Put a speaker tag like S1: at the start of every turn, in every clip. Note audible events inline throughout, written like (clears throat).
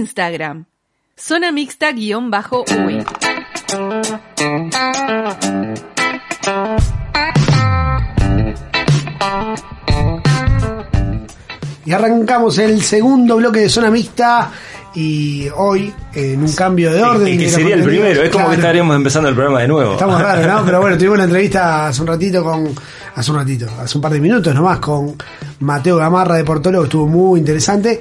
S1: Instagram. Zona mixta guión bajo UI.
S2: Y arrancamos el segundo bloque de zona mixta. Y hoy, en un cambio de orden. de
S3: El que
S2: los
S3: sería el
S2: contenidos,
S3: primero, es como que
S2: claro.
S3: estaríamos empezando el programa de nuevo.
S2: Estamos raros, ¿no? Pero bueno, tuvimos una entrevista hace un ratito con. Hace un ratito, hace un par de minutos nomás, con Mateo Gamarra de Portólogo, estuvo muy interesante.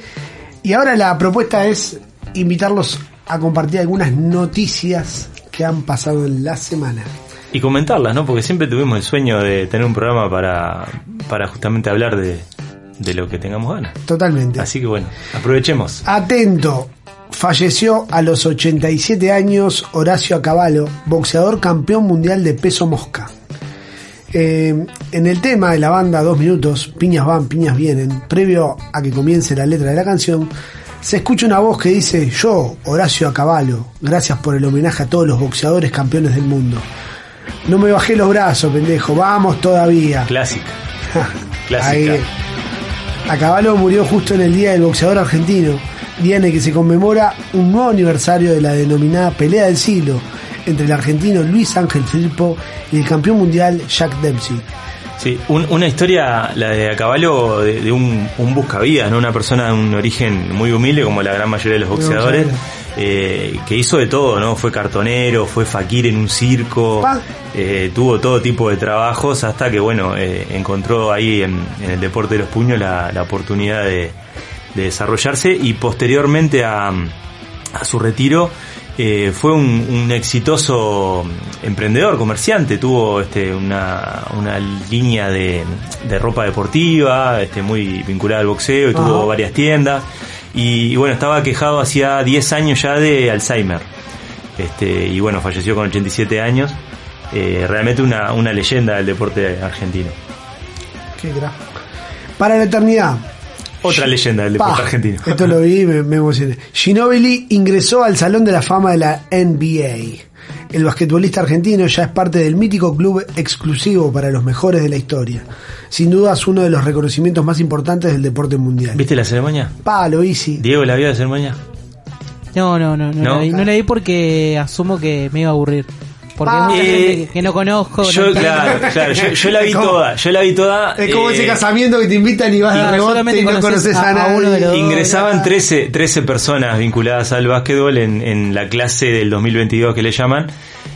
S2: Y ahora la propuesta es invitarlos a compartir algunas noticias que han pasado en la semana.
S3: (laughs) Y comentarlas, ¿no? Porque siempre tuvimos el sueño de tener un programa para, para justamente hablar de, de lo que tengamos ganas.
S2: Totalmente.
S3: Así que bueno, aprovechemos.
S2: Atento. Falleció a los 87 años Horacio Acabalo, boxeador campeón mundial de peso mosca. Eh, en el tema de la banda Dos Minutos, Piñas van, Piñas vienen, previo a que comience la letra de la canción, se escucha una voz que dice, yo, Horacio Acabalo, gracias por el homenaje a todos los boxeadores campeones del mundo. No me bajé los brazos, pendejo, vamos todavía. (laughs)
S3: Clásica.
S2: Ahí.
S3: Clásica.
S2: Acabalo murió justo en el Día del Boxeador Argentino, día en el que se conmemora un nuevo aniversario de la denominada Pelea del Siglo entre el argentino Luis Ángel Firpo y el campeón mundial Jack Dempsey.
S3: Sí, un- una historia, la de Acabalo, de, de un, un buscavidas, ¿no? Una persona de un origen muy humilde, como la gran mayoría de los
S2: Muy
S3: boxeadores,
S2: humilde.
S3: eh, que hizo de todo, ¿no? Fue cartonero, fue faquir en un circo,
S2: Pa.
S3: eh, tuvo todo tipo de trabajos, hasta que, bueno, eh, encontró ahí en, en el deporte de los puños la, la oportunidad de, de desarrollarse y posteriormente a, a su retiro eh, fue un, un exitoso emprendedor, comerciante, tuvo este, una, una línea de, de ropa deportiva este, muy vinculada al boxeo y
S2: Ajá.
S3: tuvo varias tiendas y, y bueno, estaba quejado hacía 10 años ya de Alzheimer este, y bueno, falleció con 87 años, Eh, realmente una, una leyenda del deporte argentino.
S2: Qué gra- Para la eternidad.
S3: Otra
S2: Gi-
S3: leyenda del
S2: Pa,
S3: deporte argentino.
S2: Esto lo vi y me, me emocioné. Ginobili ingresó al Salón de la Fama de la NBA. El basquetbolista argentino ya es parte del mítico club exclusivo para los mejores de la historia. Sin duda es uno de los reconocimientos más importantes del deporte mundial.
S3: ¿Viste la ceremonia?
S2: Palo, Easy.
S3: Diego, ¿la vio la ceremonia?
S4: No, no, no, no,
S3: ¿No?
S4: la vi, no la vi porque asumo que me iba a aburrir. Porque hay mucha
S3: Eh,
S4: gente que, que no conozco. no
S3: Yo,
S4: entiendo.
S3: claro, claro, yo, yo la vi
S2: Es como-
S3: toda, yo la vi toda.
S2: Es como
S3: eh,
S2: ese casamiento que te invitan y vas
S4: y
S2: de rebote
S4: solamente
S2: y no
S4: conoces
S2: conoces a,
S4: a- a
S2: nadie.
S4: uno de los dos.
S3: Ingresaban 13, 13 personas vinculadas al básquetbol en, en la clase del 2022 que le llaman.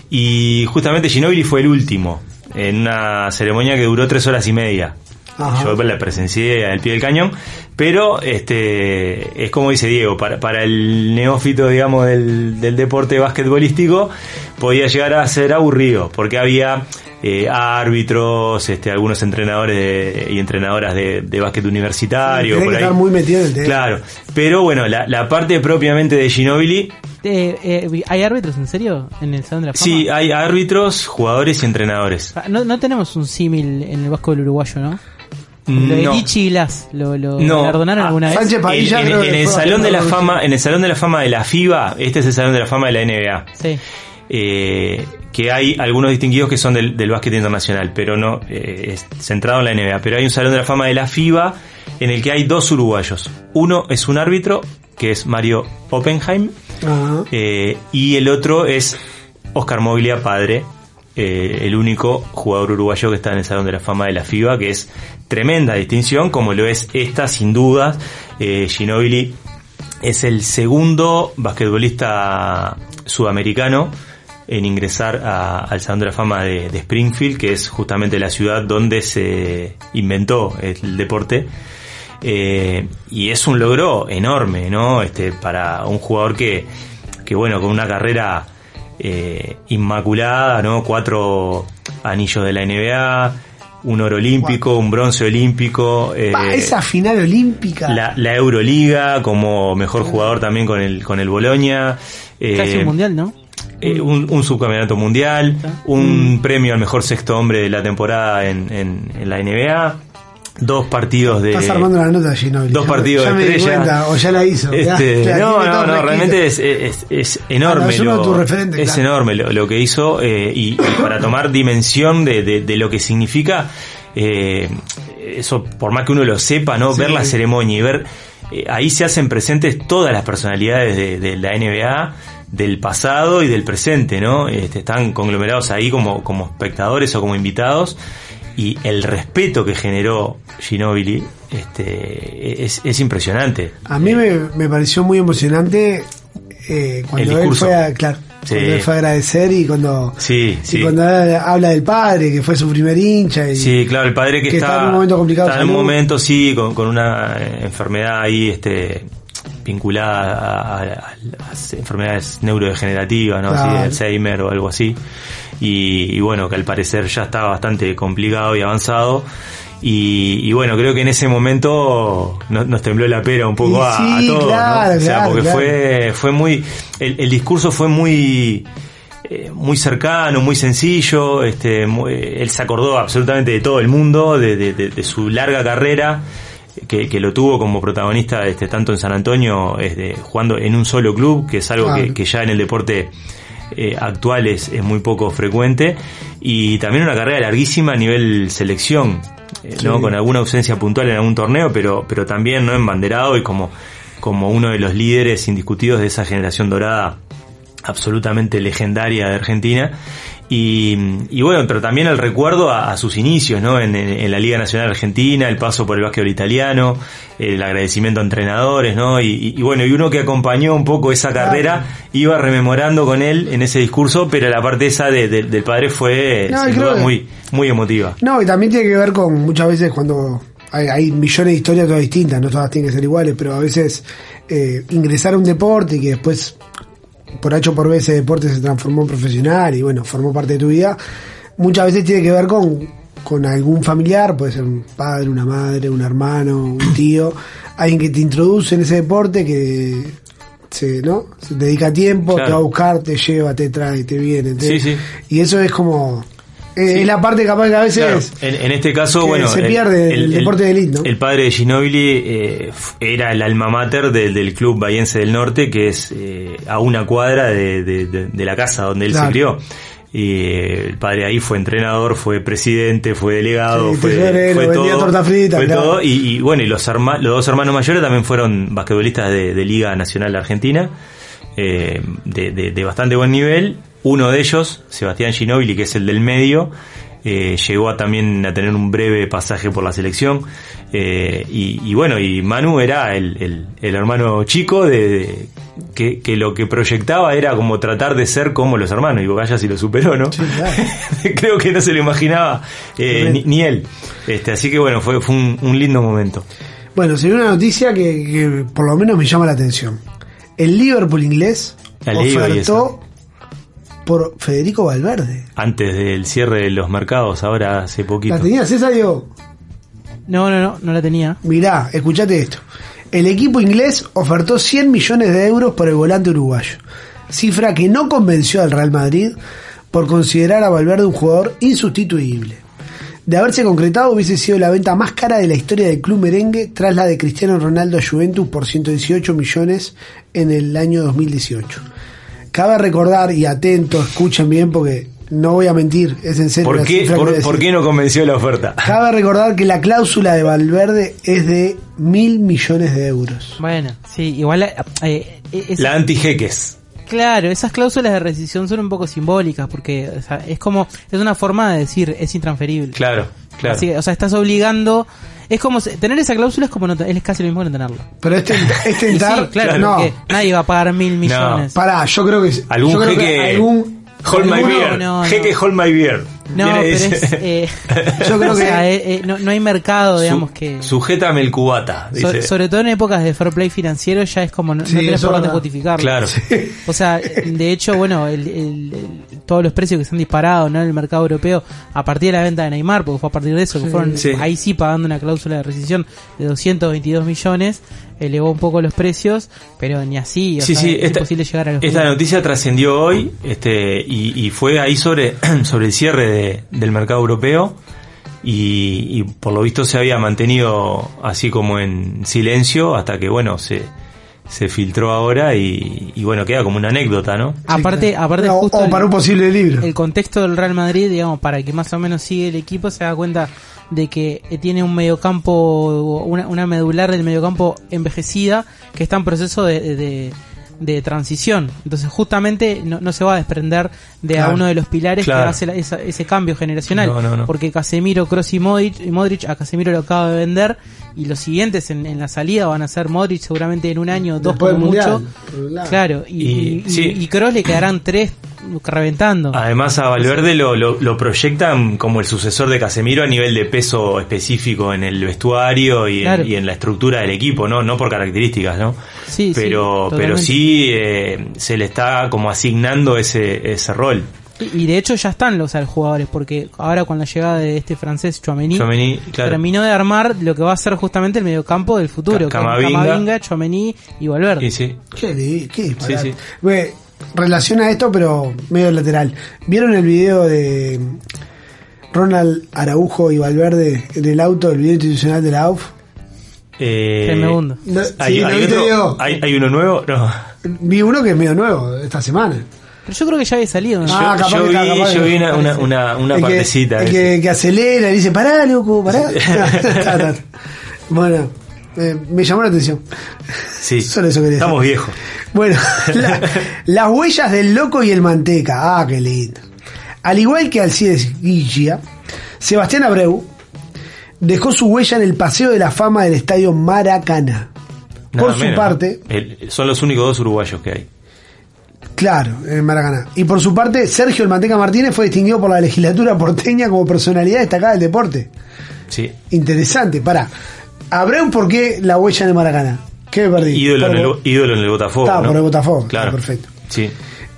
S3: Y justamente Ginobili fue el último en una ceremonia que duró tres horas y media.
S2: Ajá.
S3: Yo la presencié al pie del cañón. Pero este es como dice Diego, para, para el neófito, digamos, del, del deporte basquetbolístico, podía llegar a ser aburrido, porque había eh, árbitros, este, algunos entrenadores de- y entrenadoras de, de básquet universitario.
S2: Tenés
S3: por
S2: que
S3: ahí.
S2: estar muy metido en el tema.
S3: Claro, pero bueno, la, la parte propiamente de Ginobili,
S4: Eh, eh, ¿Hay árbitros en serio en el Salón de la Fama?
S3: sí, hay árbitros, jugadores y entrenadores.
S4: Ah, No, no tenemos un símil en el vasco del uruguayo, ¿no? Lo de
S3: No.
S4: Lichi y Las, ¿lo, lo
S3: No.
S4: galardonaron
S3: Ah,
S4: alguna vez?
S2: Sánchez Padilla
S3: en, en-
S2: creo que
S3: en el
S2: fue
S3: salón de la
S2: bastante
S3: fama, en el salón de la fama de la FIBA, este es el salón de la fama de la NBA.
S4: Sí.
S3: eh, que hay algunos distinguidos que son del, del básquet internacional, pero no eh, es centrado en la NBA. Pero hay un salón de la fama de la FIBA en el que hay dos uruguayos. Uno es un árbitro, que es Mario Oppenheim,
S2: Ajá.
S3: eh, y el otro es Oscar Moglia, padre, eh, el único jugador uruguayo que está en el Salón de la Fama de la FIBA, que es tremenda distinción, como lo es esta, sin dudas. Eh, Ginobili es el segundo basquetbolista sudamericano en ingresar a- al Salón de la Fama de, de Springfield, que es justamente la ciudad donde se inventó el deporte. Eh, y es un logro enorme, ¿no? Este, para un jugador que, que bueno, con una carrera eh, inmaculada, ¿no? Cuatro anillos de la NBA, un oro olímpico, un bronce olímpico. eh,
S2: Pa, esa final olímpica.
S3: la, la Euroliga como mejor jugador también con el con el Boloña eh,
S4: Casi un mundial, ¿no?
S3: eh, un, un subcampeonato mundial
S2: Mm.
S3: un premio al mejor sexto hombre de la temporada en, en- en la NBA dos partidos de
S2: Estás armando la nota, Ginobili.
S3: Este, dos
S2: Ya me-
S3: partidos
S2: ya
S3: de
S2: me di
S3: estrella.
S2: cuenta, o ya la hizo. ya,
S3: Este,
S2: ya,
S3: no,
S2: tiene todo
S3: no, no,
S2: fresquito.
S3: realmente es, es- es enorme.
S2: Ah, no, es uno de tus referentes,
S3: es
S2: claro.
S3: enorme lo, lo que hizo eh, y, y para tomar dimensión de, de- de lo que significa, eh, eso por más que uno lo sepa, ¿no?
S2: Sí.
S3: Ver la ceremonia y ver eh, ahí se hacen presentes todas las personalidades de, de la NBA del pasado y del presente, ¿no? Este, están conglomerados ahí como, como espectadores o como invitados y el respeto que generó Ginobili este, es, es impresionante.
S2: A mí me, me pareció muy emocionante eh, cuando, él
S3: discurso.
S2: fue a, claro,
S3: Sí.
S2: cuando él fue a agradecer y cuando,
S3: Sí,
S2: y
S3: sí.
S2: cuando habla del padre, que fue su primer hincha. Y,
S3: Sí, claro, el padre que,
S2: que está en un momento complicado de
S3: está en un
S2: salud.
S3: momento, sí, con, con una eh, enfermedad ahí este, vinculada a, a- a las enfermedades neurodegenerativas, ¿no? Así, de
S2: Claro.
S3: Alzheimer o algo así. Y, y bueno, que al parecer ya está bastante complicado y avanzado. Y, y bueno, creo que en ese momento no- nos tembló la pera un poco
S2: Y
S3: a,
S2: sí,
S3: a todos, ¿no?
S2: claro,
S3: O sea,
S2: claro,
S3: porque
S2: claro.
S3: fue, fue muy, el, el discurso fue muy, eh, muy cercano, muy sencillo, este, muy- él se acordó absolutamente de todo el mundo, de, de- de- de su larga carrera, que, que lo tuvo como protagonista este, tanto en San Antonio, este, jugando en un solo club, que es algo
S2: Claro.
S3: que, que ya en el deporte eh, actual es, es muy poco frecuente, y también una carrera larguísima a nivel selección, eh, ¿no?
S2: Sí.
S3: con alguna ausencia puntual en algún torneo, pero, pero también no embanderado y como, como uno de los líderes indiscutidos de esa generación dorada absolutamente legendaria de Argentina. Y, y bueno, pero también el recuerdo a, a sus inicios, ¿no? En, en- en la Liga Nacional Argentina, el paso por el básquetbol italiano, el agradecimiento a entrenadores, ¿no? Y, y- y bueno, y uno que acompañó un poco esa carrera iba rememorando con él en ese discurso, pero la parte esa de- de- del padre fue
S2: No, y
S3: sin
S2: creo
S3: duda,
S2: que-
S3: muy, muy emotiva.
S2: No, y también tiene que ver con muchas veces cuando hay, hay millones de historias todas distintas, no todas tienen que ser iguales, pero a veces eh, ingresar a un deporte y que después por H o por B ese deporte se transformó en profesional y bueno, formó parte de tu vida, muchas veces tiene que ver con, con algún familiar, puede ser un padre, una madre, un hermano, un tío, alguien que te introduce en ese deporte que se, ¿no? se dedica tiempo,
S3: Claro.
S2: te va a buscar, te lleva, te trae, te viene. te-
S3: Sí, sí.
S2: Y eso es como... eh,
S3: Sí.
S2: Es la parte capaz que a veces
S3: Claro, en, en este caso,
S2: que
S3: bueno.
S2: se pierde el deporte de elite, ¿no?
S3: El padre de Ginobili eh, f- era el alma mater de- del club Bahiense del Norte, que es eh, a una cuadra de, de- de- de la casa donde él
S2: Claro.
S3: se crió. Y eh, el padre ahí fue entrenador, fue presidente, fue delegado,
S2: Sí,
S3: fue,
S2: tesorero,
S3: fue
S2: vendía torta frita,
S3: fue
S2: claro.
S3: todo. Y, y bueno, y los, herma- los dos hermanos mayores también fueron basquetbolistas de, de Liga Nacional Argentina, eh, de, de- de bastante buen nivel. Uno de ellos, Sebastián Ginóbili, que es el del medio, eh, llegó a también a tener un breve pasaje por la selección. Eh, y, y bueno, y Manu era el, el- el hermano chico de, de- que, que lo que proyectaba era como tratar de ser como los hermanos. Y Bocaya si lo superó, ¿no?
S2: claro.
S3: (laughs) Creo que no se lo imaginaba eh, ni, ni él. Este, así que bueno, fue, fue un, un lindo momento.
S2: Bueno, sería una noticia que, que por lo menos me llama la atención. El Liverpool inglés
S3: La leí hoy
S2: ofertó por Federico Valverde.
S3: Antes del cierre de los mercados, ahora hace poquito.
S2: ¿La tenías esa? Digo,
S4: No, no, no, no la tenía.
S2: mirá, escuchate esto. El equipo inglés ofertó 100 millones de euros por el volante uruguayo. Cifra que no convenció al Real Madrid por considerar a Valverde un jugador insustituible. De haberse concretado hubiese sido la venta más cara de la historia del club merengue tras la de Cristiano Ronaldo a Juventus por 118 millones en el año 2018. Cabe recordar y atento, escuchen bien porque no voy a mentir, es en serio.
S3: ¿Por
S2: la
S3: qué,
S2: cifra que voy a
S3: por,
S2: decir.
S3: por qué no convenció la oferta?
S2: Cabe recordar que la cláusula de Valverde es de mil millones de euros.
S4: Bueno, sí, igual. eh, eh, es-
S3: La anti-jeques.
S4: Claro, esas cláusulas de rescisión son un poco simbólicas porque o sea, es como. Es una forma de decir, es intransferible.
S3: Claro, claro.
S4: Así que, o sea, estás obligando. Es como. se- Tener esa cláusula es como. No, te- es casi lo mismo que no tenerla.
S2: Pero este, este
S4: Y
S2: entrar,
S4: (laughs) sí, claro,
S2: no,
S4: porque nadie va a pagar mil millones.
S2: pará, yo creo que
S3: Algún
S2: yo creo que
S3: jeque.
S2: algún-
S3: Hold my
S4: No,
S3: beer.
S4: no, no.
S3: Jeque hold my beer.
S4: No,
S3: Viene y
S4: pero
S3: dice,
S4: es. eh,
S2: (laughs) Yo creo
S4: o
S2: que-
S4: sea, eh, eh, no, no hay mercado,
S3: (laughs)
S4: digamos
S3: "Su-
S4: que.
S3: Sujétame el cubata.
S4: so-
S3: Dice.
S4: sobre todo en épocas de fair play financiero ya es como no,
S2: Sí,
S4: no tenés
S2: eso
S4: por
S2: es
S4: dónde
S2: verdad.
S4: justificarlo.
S3: claro.
S4: O sea, de hecho, bueno, el- el- el- todos los precios que se han disparado ¿no? en el mercado europeo a partir de la venta de Neymar, porque fue a partir de eso que fueron
S3: Sí.
S4: ahí sí pagando una cláusula de rescisión de 222 millones, elevó un poco los precios, pero ni así, o
S3: Sí,
S4: sea,
S3: sí,
S4: es
S3: esta,
S4: imposible llegar a los
S3: esta
S4: precios.
S3: noticia trascendió hoy este, y, y fue ahí sobre, (clears throat) sobre el cierre de- del mercado europeo y, y por lo visto se había mantenido así como en silencio hasta que bueno, se, se filtró ahora y, y, bueno, queda como una anécdota, ¿no?
S4: Aparte, aparte
S2: No,
S4: justo
S2: o
S4: el-
S2: para un posible libro.
S4: el contexto del Real Madrid, digamos, para que más o menos sigue el equipo, se da cuenta de que eh, tiene un mediocampo, una, una medular del mediocampo envejecida que está en proceso de, de- de- de transición. Entonces justamente no, no se va a desprender de a
S2: Claro.
S4: uno de los pilares que
S3: Claro.
S4: hace la- esa- ese cambio generacional.
S3: No, no, no.
S4: Porque Casemiro, Kroos y Modric, y Modric, a Casemiro lo acaba de vender y los siguientes en, en la salida van a ser Modric seguramente en un año o dos
S2: Después
S4: como
S2: del Mundial,
S4: mucho.
S2: claro.
S4: Claro, y,
S3: Y-
S4: y,
S3: sí. Ah,
S4: y Kroos le quedarán tres reventando.
S3: Además a Valverde lo, lo, lo proyectan como el sucesor de Casemiro a nivel de peso específico en el vestuario y, en-
S4: Claro.
S3: y en, la estructura del equipo, ¿no? No por características, ¿no?
S4: Sí, sí,
S3: pero, pero
S4: totalmente.
S3: sí eh, se le está como asignando ese, ese rol.
S4: Y, y de hecho ya están los al- jugadores, porque ahora con la llegada de este francés Chouameni,
S3: Tchouaméni, claro.
S4: terminó de armar lo que va a ser justamente el mediocampo del futuro.
S3: Ca-
S4: con
S3: Camavinga.
S4: Camavinga, Chouameni y Valverde.
S3: Y eh, sí.
S2: Qué, li- qué disparate.
S3: sí.
S2: Ve, relaciona esto, pero medio lateral. ¿Vieron el video de Ronald Araujo y Valverde en el auto, el video institucional de la AUF?
S3: Eh,
S4: Tremendo.
S2: No,
S3: ¿Hay,
S2: sí, ¿lo
S3: hay
S2: viste,
S3: otro-
S2: Diego?
S3: hay- hay uno nuevo? No.
S2: Vi uno que es medio nuevo esta semana.
S4: Pero yo creo que ya había salido. ¿no?
S3: Yo,
S2: Ah, capaz
S3: yo
S2: que
S3: vi,
S2: está, capaz
S3: yo
S2: que
S3: vi
S2: no
S3: una, una, una, una
S2: El que-
S3: partecita.
S2: el
S3: de
S2: que, que acelera y dice, pará, loco, pará. (laughs) Ta, ta, ta. bueno, eh, me llamó la atención.
S3: ese. Sí.
S2: solo eso quería
S3: Estamos
S2: decir.
S3: viejos.
S2: Bueno, (laughs) la- las huellas del loco y el manteca. Ah, qué lindo. Al igual que Alcides Guilla, Sebastián Abreu dejó su huella en el Paseo de la Fama del Estadio Maracana.
S3: Nada
S2: por su
S3: menos.
S2: parte,
S3: El- son los únicos dos uruguayos que hay.
S2: claro, en el Maracaná. Y por su parte, Sergio el Manteca Martínez fue distinguido por la legislatura porteña como personalidad destacada del deporte.
S3: Sí.
S2: Interesante, para. Abreu, ¿por qué la huella en el Maracaná? ¿Qué me perdí?
S3: Ídolo, en el,
S2: Por-
S3: ídolo en el Botafogo.
S2: Estaba
S3: ¿no?
S2: por el Botafogo,
S3: Claro.
S2: está perfecto.
S3: Sí.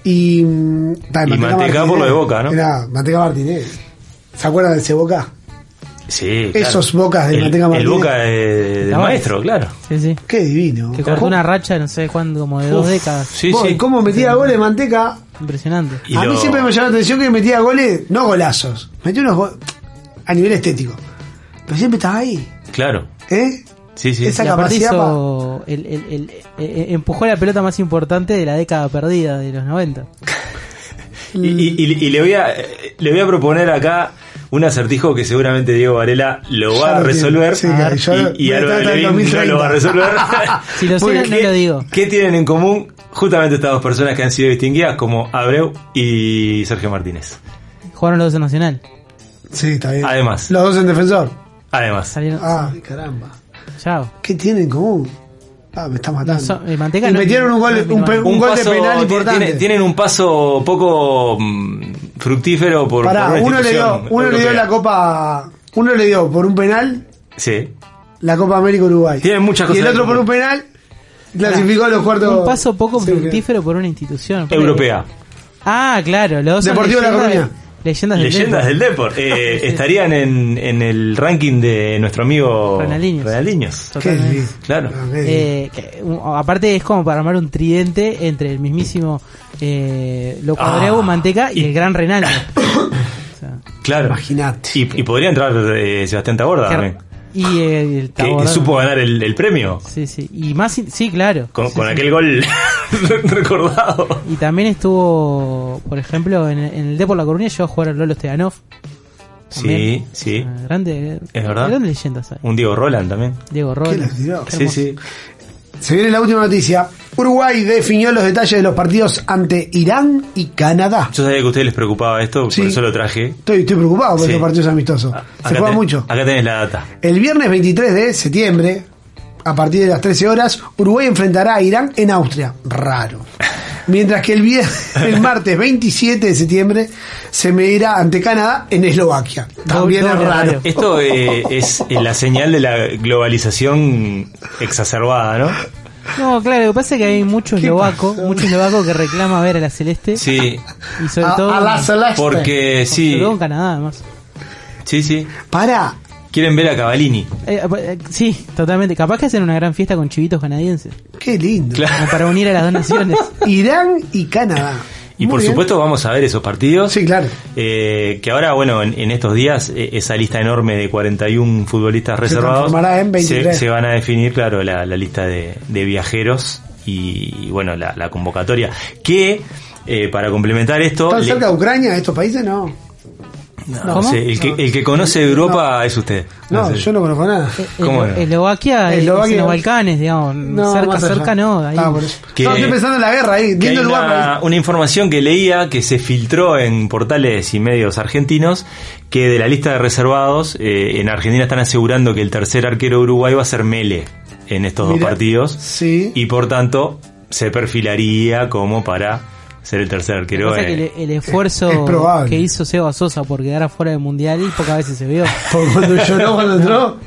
S2: Y, mm, está, el
S3: Y Manteca por lo de Boca, ¿no?
S2: Era Manteca Martínez. ¿Se acuerdan de ese Boca?
S3: Sí,
S2: Esos Bocas de
S3: el,
S2: Manteca
S3: El
S2: Martínez.
S3: boca de- del
S4: Estaba-
S3: maestro, claro.
S4: Sí, sí.
S2: Qué divino.
S4: Que cortó una racha, no sé cuándo, como de dos
S2: Uf.
S4: décadas.
S3: Sí,
S2: Boy,
S3: sí.
S2: ¿Cómo metía goles Manteca?
S4: Impresionante.
S3: Y
S2: a mí
S3: lo-
S2: siempre me llamó la atención que metía goles, no golazos. Metía unos goles a nivel estético. Pero siempre estaba ahí.
S3: Claro.
S2: ¿Eh?
S3: Sí, sí.
S2: Esa-
S4: Y aparte
S2: capacidad
S4: hizo el- el- el- eh, eh, empujó la pelota más importante de la década perdida de los 90.
S3: Y, y- y- y le, voy a, eh, le voy a proponer acá un acertijo que seguramente Diego Varela lo
S2: Ya
S3: va a
S2: lo tiene.
S3: resolver.
S2: Sí, claro, yo lo-
S3: y y
S2: me
S3: Álvaro
S2: trata del
S3: Levin no lo va
S2: 2030.
S3: a resolver.
S4: (laughs) Si lo
S3: Muy
S4: sé,
S3: bien.
S4: no
S3: ¿Qué-
S4: lo digo.
S3: ¿Qué tienen en común justamente estas dos personas que han sido distinguidas como Abreu y Sergio Martínez?
S4: Jugaron los dos en Nacional.
S2: Sí, está bien.
S3: Además.
S2: Los dos en defensor.
S3: Además.
S4: Salieron.
S2: Ah, caramba.
S4: Chao.
S2: ¿Qué tienen en común? Ah, me está matando.
S4: No, so- eh, Manteca
S2: y
S4: no-
S2: metieron un
S4: no
S2: gol,
S4: tiene
S2: un, pe-
S4: gol.
S2: un gol de
S3: paso-
S2: penal
S3: tiene-
S2: importante.
S3: tiene- tienen un paso poco mm, fructífero por,
S2: Pará,
S3: por una
S2: uno le dio,
S3: institución
S2: uno le dio
S3: europea.
S2: la Copa. Uno le dio por un penal
S3: Sí.
S2: la Copa América Uruguay.
S3: Tienen muchas
S2: Y
S3: cosas
S2: el
S3: en
S2: otro por
S3: común.
S2: un penal clasificó a los cuartos.
S4: Un paso poco
S2: Sí,
S4: fructífero por una institución.
S3: Europea.
S4: Ah, claro. Los dos son
S2: Deportivo La
S4: leyendas-
S2: Coruña.
S4: Leyendas del
S3: Leyendas
S4: Depor.
S2: (laughs)
S3: del deporte. Eh,
S4: Sí.
S3: Estarían en, en el ranking de nuestro amigo
S4: Ronaldinhos.
S3: Ronaldinhos.
S2: Qué
S4: Totalmente.
S2: lindo.
S3: Claro.
S2: Ah, qué lindo.
S4: Eh, que, un- aparte es como para armar un tridente entre el mismísimo eh, Loco
S3: Ah,
S4: Abreu, Manteca y,
S3: y-
S4: el
S3: (coughs)
S4: gran Reinaldo.
S3: Claro.
S2: Imaginate.
S3: Y, y podría entrar eh, Sebastián Taborda
S4: Que-
S3: también.
S4: y eh, el
S3: Que
S4: Taborda.
S3: supo ganar el, el premio
S4: Sí, sí. Y más, in- sí, claro.
S3: con,
S4: Sí,
S3: con
S4: sí.
S3: aquel gol
S4: (laughs)
S3: recordado.
S4: Y también estuvo, por ejemplo, en, en el Depor La Coruña llegó a jugar al Lolo Steganov.
S3: Sí, sí.
S4: Ah, grande.
S3: Es verdad.
S4: Grandes leyendas ahí.
S3: Un Diego Roland también.
S4: Diego
S2: ¿Qué
S4: Rola.
S2: los tiró?
S3: Sí, sí.
S2: Se viene la última noticia. Uruguay definió los detalles de los partidos ante Irán y Canadá.
S3: Yo sabía que a ustedes les preocupaba esto,
S2: Sí.
S3: por eso lo traje.
S2: Estoy, estoy preocupado por
S3: Sí.
S2: estos partidos amistosos.
S3: A- Ah, acá
S2: Se juega
S3: tenés-
S2: mucho.
S3: Acá tenés la data.
S2: El viernes 23 de septiembre, a partir de las 13 horas, Uruguay enfrentará a Irán en Austria. Raro. Mientras que el,
S4: (laughs)
S2: vier- el martes 27 de septiembre se medirá ante Canadá en Eslovaquia. También
S4: Doble
S2: es raro.
S4: horario.
S3: Esto eh, es eh, la señal de la globalización exacerbada, ¿no?
S4: No, claro, lo que pasa es que hay muchos
S2: ¿Qué
S4: eslovacos,
S2: pasó?
S4: muchos eslovacos que reclama ver a la Celeste.
S3: Sí,
S4: Y sobre
S2: A-
S4: todo.
S2: a la celeste.
S3: porque
S4: sobre
S3: sí,
S4: todo en Canadá, además.
S3: sí, sí.
S2: Pará.
S3: Quieren ver a Cavalini.
S4: Eh, eh, sí, totalmente. Capaz que hacen una gran fiesta con chivitos canadienses.
S2: Qué lindo.
S3: Claro.
S4: Como para unir a las
S2: (laughs)
S4: dos naciones.
S2: Irán y Canadá.
S3: Y
S2: Muy
S3: por
S2: bien.
S3: supuesto vamos a ver esos partidos.
S2: Sí, claro.
S3: Eh, que ahora, bueno, en, en estos días, eh, esa lista enorme de 41 futbolistas reservados
S2: transformará en 23.
S3: se- se van a definir, claro, la, la lista de, de viajeros y, bueno, la, la convocatoria. Que, eh, para complementar esto,
S2: ¿Están
S3: le-
S2: cerca de Ucrania estos países? No.
S3: No,
S4: ¿Cómo?
S3: sé, el, que, el que conoce Europa es usted.
S2: No,
S3: sé.
S2: yo no conozco nada.
S4: Eh,
S3: ¿Cómo
S4: Eslo-
S3: era?
S4: Eslovaquia, eh,
S2: Eslovaquia-
S4: es en los Balcanes, digamos.
S2: No,
S4: cerca,
S2: más allá.
S4: cerca no. Ahí.
S2: Ah, por eso.
S3: Que-
S2: No, estoy pensando en la guerra ahí.
S3: Que hay
S2: Lindo lugar para
S3: una,
S2: ir.
S3: una información que leía que se filtró en portales y medios argentinos que de la lista de reservados eh, en Argentina están asegurando que el tercer arquero de Uruguay va a ser Mele en estos dos
S2: Mirá.
S3: partidos
S2: Sí.
S3: y por tanto se perfilaría como para ser el tercer
S4: Lo que
S3: arquero.
S4: pasa es
S3: eh.
S4: que el, el esfuerzo
S2: es probable.
S4: que hizo Seba Sosa por quedar afuera del mundial y pocas veces se vio.
S2: Por cuando lloró, cuando entró.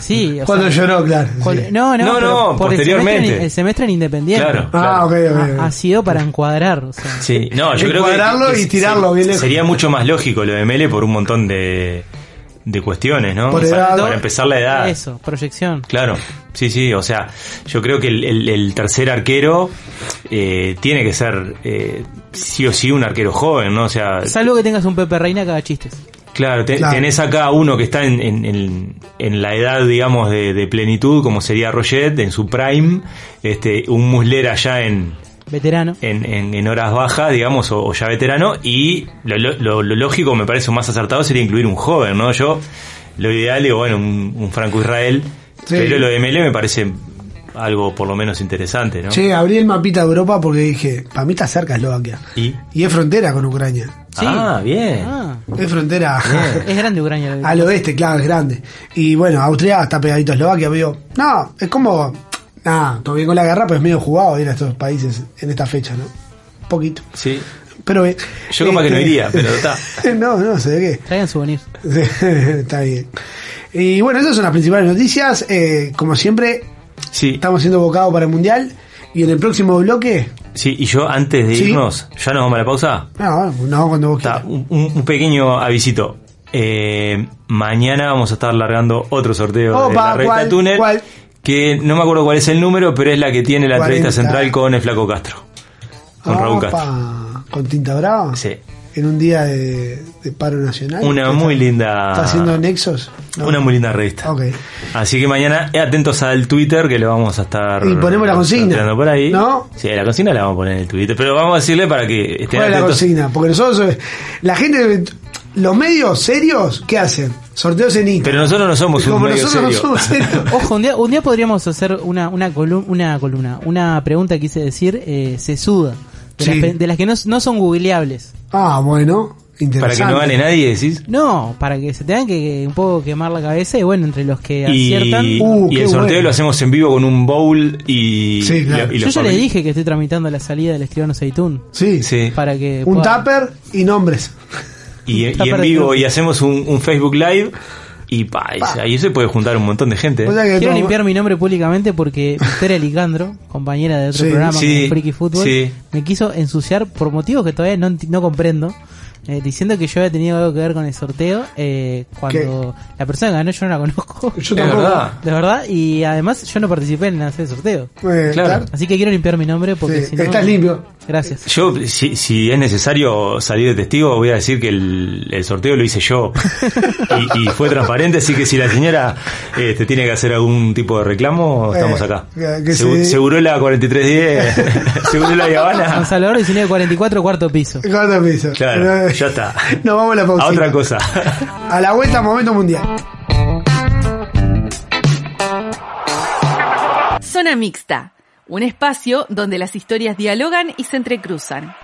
S4: Sí, o
S2: Cuando
S4: sea,
S2: lloró, claro.
S4: cual-
S2: sí.
S4: no, no,
S3: No,
S4: pero
S3: no,
S4: por el semestre en-
S3: posteriormente.
S4: El semestre, en Independiente
S3: Claro.
S2: Ah, ok, ok. ok.
S4: ha, ha sido para encuadrar. o sea.
S3: Sí, no, yo creo que-
S2: Encuadrarlo
S3: que,
S2: y tirarlo bien lejos.
S3: sería mucho más lógico lo de Mele por un montón de, de cuestiones, ¿no?
S2: Por
S3: O sea,
S2: edad.
S3: para empezar la edad.
S4: Eso, proyección.
S3: Claro, sí, sí, o sea, yo creo que el, el- el tercer arquero eh, tiene que ser eh, sí o sí un arquero joven, ¿no? O sea,
S4: Salvo que tengas un Pepe Reina que haga chistes.
S3: claro, te-
S2: Claro.
S3: tenés acá uno que está en, en- en- en la edad, digamos, de, de plenitud, como sería Roget, en su prime, este, un muslera ya en,
S4: Veterano.
S3: en, en- en horas bajas, digamos, o, o ya veterano, y lo, lo- lo- lo lógico, me parece más acertado, sería incluir un joven, ¿no? Yo, lo ideal, digo, bueno, un, un Franco Israel,
S2: Sí.
S3: pero lo de Mele me parece algo por lo menos interesante, ¿no?
S2: Che, abrí el mapita de Europa porque dije, para mí está cerca Eslovaquia.
S3: Y,
S2: Y es frontera con Ucrania.
S4: Sí.
S3: Ah, bien.
S4: Ah,
S2: Es frontera (laughs)
S4: es grande Ucrania. lo que-
S2: al oeste, claro, es grande. Y bueno, Austria está pegadito a Eslovaquia, pero digo, no, es como, nada, todo bien con la guerra, pero es medio jugado ir a estos países en esta fecha, ¿no? Un poquito.
S3: Sí.
S2: Pero bien.
S3: Yo capaz que no iría, pero está.
S2: (laughs) no, no, se ve que.
S4: Traigan souvenirs.
S2: (laughs) está bien. Y bueno, esas son las principales noticias. Eh, como siempre,
S3: Sí,
S2: estamos siendo bocados para el mundial. Y en el próximo bloque, ah,
S3: sí, y yo antes de
S2: Sí.
S3: irnos, ¿ya nos vamos a la pausa?
S2: no, no, pues cuando vos
S3: Está,
S2: quieras.
S3: un, un- un pequeño avisito. Eh, mañana vamos a estar largando otro sorteo de
S2: Opa,
S3: la recta
S2: ¿cuál?
S3: Túnel.
S2: ¿cuál?
S3: Que no me acuerdo cuál es el número, pero es la que tiene la entrevista
S2: 40.
S3: central con el Flaco Castro. Con Raúl
S2: Opa,
S3: Castro.
S2: Con tinta brava.
S3: Sí.
S2: En un día de, de paro nacional.
S3: Una
S2: ¿Qué
S3: muy
S2: está-
S3: linda.
S2: ¿Está haciendo nexos? No.
S3: Una muy linda revista.
S2: Ok.
S3: Así que mañana eh, atentos al Twitter que le vamos a estar.
S2: Y ponemos la consigna,
S3: sorteando por ahí.
S2: ¿no?
S3: Sí, la consigna la vamos a poner en el Twitter. Pero vamos a decirle para que
S2: ¿Cuál
S3: estén
S2: es la
S3: atentos.
S2: consigna? Porque nosotros, eh, la gente, los medios serios, ¿qué hacen? Sorteos en Instagram.
S3: Pero nosotros no somos un
S2: Como
S3: medio
S2: nosotros no
S3: serio.
S2: somos serios. Oh.
S4: Ojo, un día, un día podríamos hacer una, una, colum- una columna, una pregunta quise decir, eh, sesuda. De,
S2: Sí.
S4: las, pe- de las que no, no son googleables.
S2: ah, bueno,
S3: (laughs) para
S2: interesante.
S3: que no gane nadie, decís.
S4: No, para que se tengan que, que un poco quemar la cabeza y bueno, entre los que aciertan...
S3: Y,
S2: Uh,
S3: y
S2: qué
S3: el sorteo
S2: bueno.
S3: lo hacemos en vivo con un bowl y.
S2: Sí, claro.
S3: y- y
S4: Yo
S3: los
S4: ya le
S3: familiares.
S4: dije que estoy tramitando la salida del escribano Seitún.
S2: Sí,
S3: Sí.
S4: Para que...
S2: Un
S4: pueda-
S2: tupper y nombres.
S3: Y, y
S4: Está
S3: en
S4: perdido.
S3: vivo, y hacemos un, un Facebook Live. Y pa, y ahí se puede juntar un montón de gente.
S2: O sea que
S4: Quiero
S2: todo-
S4: limpiar mi nombre públicamente porque Victoria Licandro, compañera de otro
S2: Sí,
S4: programa
S3: sí,
S4: como Freaky Football,
S3: sí.
S4: me quiso ensuciar por motivos que todavía no, enti- no comprendo, eh, diciendo que yo había tenido algo que ver con el sorteo eh, cuando la persona que ganó yo no la conozco.
S2: Yo
S3: Es
S2: tampoco.
S3: verdad.
S4: De verdad, y además yo no participé en hacer el sorteo.
S2: Eh,
S3: Claro.
S2: tar-
S4: Así que quiero limpiar mi nombre porque
S2: Sí,
S4: si no...
S2: estás limpio.
S4: Gracias.
S3: Yo, si, si es necesario salir de testigo, voy a decir que el, el sorteo lo hice yo. y, y fue transparente, así que si la señora este, tiene que hacer algún tipo de reclamo, estamos
S2: Eh,
S3: acá.
S2: que- que
S3: Segu-
S2: se-
S3: Seguro la 4310, seguro la
S4: San
S3: Habana.
S4: Salvador 1944, cuarto piso.
S2: Cuarto piso.
S3: Claro, ya está.
S2: Nos vamos a la pausa.
S3: A otra cosa.
S2: A la vuelta, momento mundial.
S1: Zona Mixta, un espacio donde las historias dialogan y se entrecruzan.